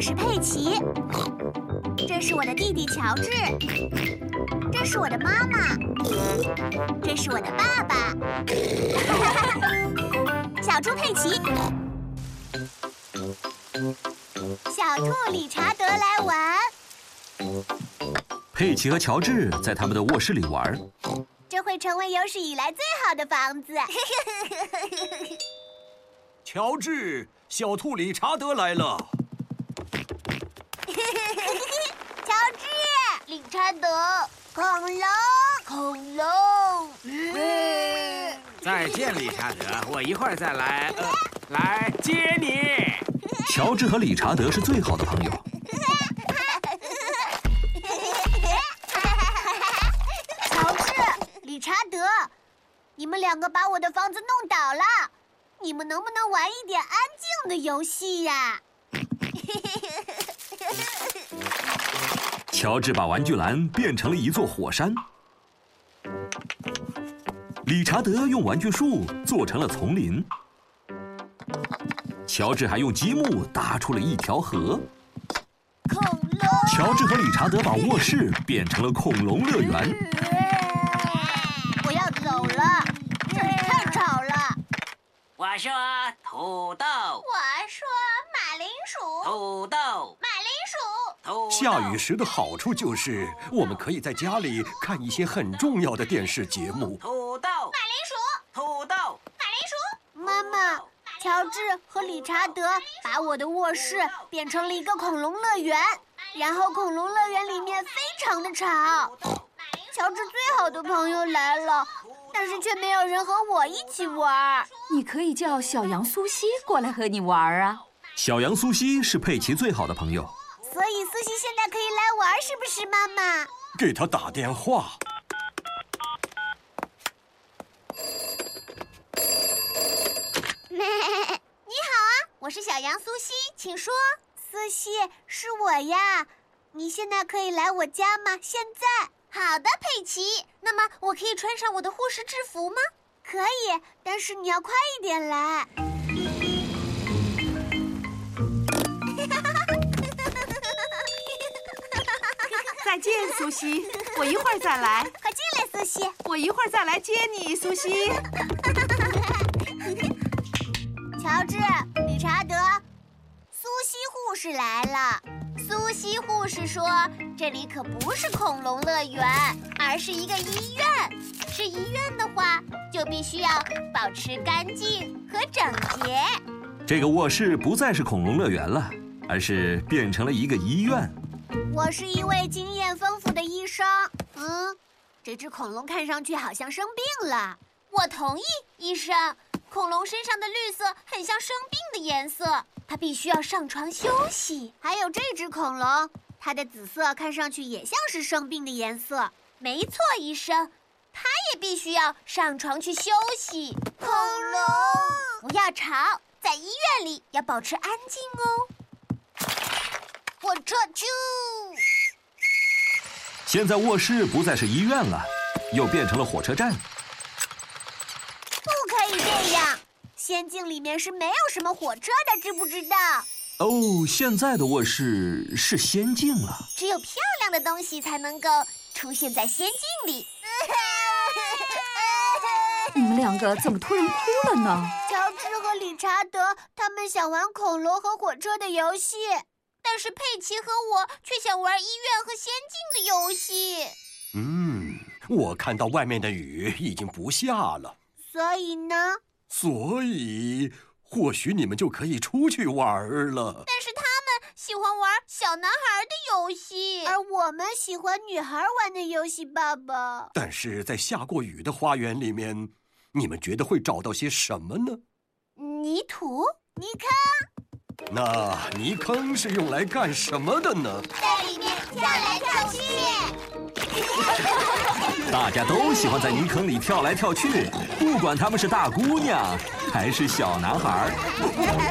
是佩奇，这是我的弟弟乔治，这是我的妈妈，这是我的爸 爸，小猪佩奇，小兔理查德来玩。佩奇和乔治在他们的卧室里玩，这会成为有史以来最好的房子。 乔治，小兔理查德来了。乔治，理查德，恐龙，恐龙。再见，理查德，我一会儿再来，呃、来接你。乔治和理查德是最好的朋友。 乔治，理查德，你们两个把我的房子弄倒了，你们能不能玩一点安静的游戏呀、乔治把玩具篮变成了一座火山，理查德用玩具树做成了丛林，乔治还用积木搭出了一条河。恐龙。乔治和理查德把卧室变成了恐龙乐园。 我要走了，这里太吵了。我说土豆，我说马铃薯，土豆，马铃薯。土豆。下雨时的好处就是，我们可以在家里看一些很重要的电视节目。土豆，马铃薯，土豆，马铃薯，妈妈，乔治和理查德把我的卧室变成了一个恐龙乐园，然后恐龙乐园里面非常的吵。乔治最好的朋友来了，但是却没有人和我一起玩。你可以叫小羊苏西过来和你玩儿啊。小羊苏西是佩奇最好的朋友。所以苏西现在可以来玩，是不是，妈妈？给他打电话。你好啊，我是小羊苏西，请说。苏西，是我呀，你现在可以来我家吗？现在。好的，佩奇。那么我可以穿上我的护士制服吗？可以，但是你要快一点来。 再见，苏西，我一会儿再来，快进来，苏西。我一会儿再来接你，苏西。乔治、理查德，苏西护士来了。苏西护士说：“这里可不是恐龙乐园，而是一个医院。是医院的话，就必须要保持干净和整洁。这个卧室不再是恐龙乐园了，而是变成了一个医院。我是一位经验丰富的医生。嗯，这只恐龙看上去好像生病了。我同意，医生。恐龙身上的绿色很像生病的颜色，它必须要上床休息。还有这只恐龙，它的紫色看上去也像是生病的颜色。没错，医生，它也必须要上床去休息。恐龙，不要吵，在医院里要保持安静哦。火车啾，现在卧室不再是医院了，又变成了火车站。不可以这样！仙境里面是没有什么火车的，知不知道？哦，现在的卧室是仙境了。只有漂亮的东西才能够出现在仙境 里。你们两个怎么突然哭了呢？乔治和理查德他们想玩恐龙和火车的游戏，但是佩奇和我却想玩医院和仙境的游戏。嗯，我看到外面的雨已经不下了，所以呢？所以或许你们就可以出去玩儿了。但是他们喜欢玩小男孩的游戏，而我们喜欢女孩玩的游戏，爸爸。但是在下过雨的花园里面，你们觉得会找到些什么呢？泥土、泥坑，那泥坑是用来干什么的呢？在里面跳来跳去。大家都喜欢在泥坑里跳来跳去，不管他们是大姑娘还是小男孩儿。